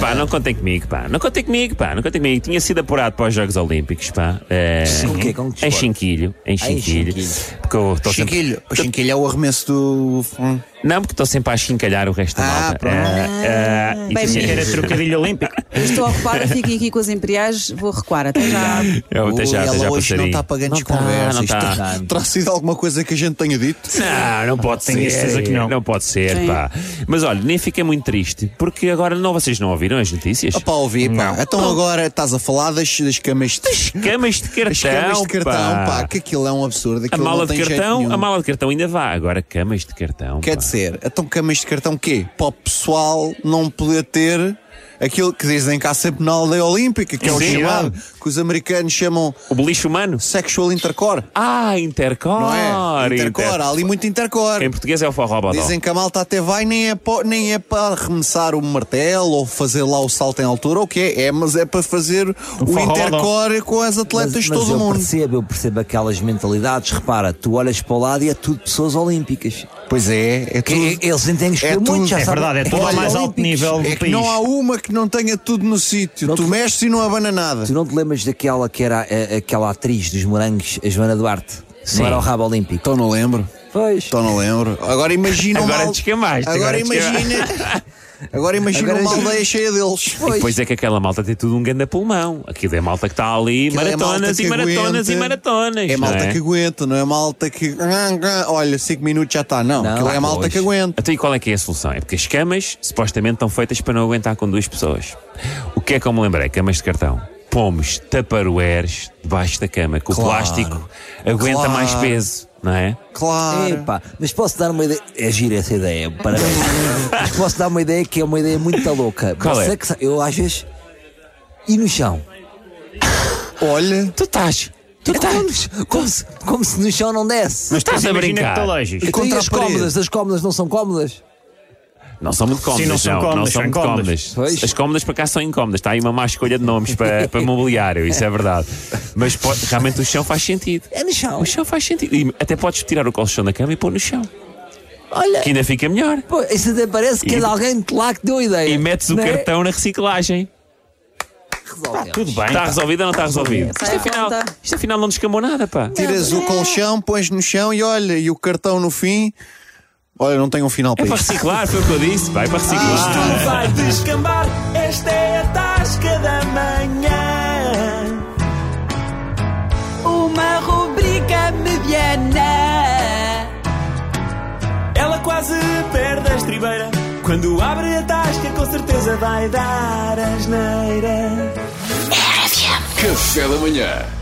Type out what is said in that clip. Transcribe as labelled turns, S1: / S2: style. S1: Pá, não contem comigo, pá. Não contem comigo, pá. Não contem comigo. Tinha sido apurado para os Jogos Olímpicos, pá. É...
S2: Sim, o quê? Com que
S1: Em
S2: desporto?
S1: Chinquilho. Em Chinquilho.
S2: Chinquilho.
S1: Porque eu estou sempre...
S2: Chinquilho. O chinquilho é o arremesso do. Hum.
S1: Não, porque estou sempre a chincalhar o resto da
S2: Ah,
S1: malta.
S2: pronto.
S1: Ah, ah, e
S3: Bem,
S1: tinha-
S3: menino.
S4: Trocadilho olímpico.
S3: Estou ocupada, fiquem aqui com os imperiais, vou recuar até já.
S1: Eu até já,
S2: Ui, ela
S1: até já
S2: hoje não
S1: passarinho.
S2: está para grandes
S1: Não tá,
S2: conversas.
S1: não tá.
S2: Terá- Terá sido alguma coisa que a gente tenha dito?
S1: Não, não pode ser.
S4: certeza que não.
S1: Não pode ser,
S3: Sim.
S1: pá. Mas olha, nem fiquei muito triste, porque agora não, vocês não ouviram as notícias?
S2: Ah, Pá, ouvi, pá. Então agora estás a falar das, das camas de.
S1: Camas de cartão.
S2: As camas de cartão, pá. que aquilo é um absurdo.
S1: A
S2: aquilo não
S1: mala de
S2: tem jeito
S1: cartão,
S2: nenhum.
S1: a mala de cartão ainda vá. Agora camas de cartão.
S2: Quer
S1: pá.
S2: dizer, então camas de cartão quê? Para o pessoal não poder ter aquilo que dizem cá sempre na aldeia olímpica, que é o
S1: Sim.
S2: chamado, que os americanos chamam
S1: O beliche humano?
S2: sexual intercore.
S1: Ah, intercor.
S2: Não é? Intercore,
S1: Inter-
S2: há ali muito intercore.
S1: Em português então. é o forró
S4: Tá
S1: bodó.
S2: Dizem que a malta até vai, nem é, po- nem é para arremessar o martelo ou fazer lá o salto em altura, ou o que é, é, mas é para fazer o
S4: forró
S2: intercore com as atletas
S5: mas,
S2: de
S5: mas
S2: todo o
S5: eu
S2: mundo.
S5: percebo, eu percebo aquelas mentalidades. Repara, tu olhas para o lado e é tudo pessoas olímpicas.
S2: Pois é, é
S5: Que
S2: tudo.
S5: eles nem têm que escolher
S2: É tudo.
S5: muito, já
S2: É
S5: sabem.
S4: verdade, é tudo ao
S5: Olha,
S4: mais alto
S5: olímpicos.
S4: nível do
S2: É que
S4: país.
S2: não há uma que não tenha tudo no sítio. Tu mexes e não abana nada.
S5: Tu não te lembras daquela que era a- aquela atriz dos morangos, a Joana Duarte?
S1: Sim.
S5: Não era o rabo olímpico?
S2: Então não lembro.
S5: Pois.
S2: Então não lembro. Agora imagina uma
S1: Agora
S2: al-
S1: descamaste,
S2: Agora,
S1: agora
S2: imagina. Agora imagina
S5: Agora
S2: uma
S5: descam-
S2: aldeia cheia deles.
S1: E depois é que aquela malta tem tudo um ganda pulmão. Aquilo é malta que está ali,
S2: Aquilo é
S1: maratonas
S2: malta
S1: e
S2: que
S1: maratonas
S2: aguenta.
S1: e maratonas.
S2: É malta
S1: não é?
S2: que aguenta, não é malta que. Olha, 5 minutos já está. Não,
S5: Não,
S2: aquilo é
S5: lá
S2: malta
S5: dois.
S2: que aguenta.
S1: Então, e qual é que é a solução? É porque as camas supostamente estão feitas para não aguentar com duas pessoas. O que é que eu me lembrei? Camas de cartão. Pomos taparoeiros debaixo da cama, que o
S2: Claro.
S1: plástico aguenta
S2: Claro.
S1: mais peso, não é?
S2: Claro.
S5: Epá, mas posso dar uma ideia. É gira essa ideia, parabéns. mas posso dar uma ideia que é uma ideia muito louca.
S1: Qual
S5: Você
S1: é?
S5: que sa- eu às vezes. E no chão?
S2: Olha,
S1: Tu estás. Tu
S5: Então, como, se- como se, como se no chão não desse.
S1: Mas estás a
S4: Imagina que
S1: brincar.
S4: te aleijas.
S5: Então, e
S2: contra a
S5: as
S2: parede.
S5: cómodas? As cómodas não são cómodas?
S1: Não são muito cómodas,
S4: Sim, não são
S1: não
S4: cómodas,
S1: são
S4: são
S1: muito
S4: incómodas.
S1: cómodas.
S5: Pois.
S1: As cómodas para cá são incómodas. Está aí uma má escolha de nomes para, para mobiliário, isso é verdade. Mas pode- realmente o chão faz sentido.
S5: É no chão.
S1: O chão faz sentido. E até podes tirar o colchão da cama e pôr no chão.
S5: Olha,
S1: Que ainda fica melhor.
S5: pô, isso até parece que
S1: E-
S5: é de alguém de lá que deu a ideia.
S1: E metes o
S5: Não é?
S1: cartão na reciclagem. Tá
S5: Resolveu.
S4: Tudo bem.
S1: Está resolvido ou não está resolvido?
S3: Sai
S1: Isto
S3: à
S1: afinal,
S3: conta.
S1: isto afinal não descambou nada, pá.
S2: tiras o colchão, pões no chão e olha, e o cartão no fim. Olha, não tem um final
S1: É
S2: para
S1: para
S2: isto.
S1: reciclar, foi o que eu disse. Vai para
S6: Isto
S1: reciclar.
S6: vai descambar, esta é a tasca da manhã.
S3: Uma rubrica mediana.
S6: Ela quase perde a estribeira. Quando abre a tasca, com certeza vai dar asneira.
S7: Café da manhã.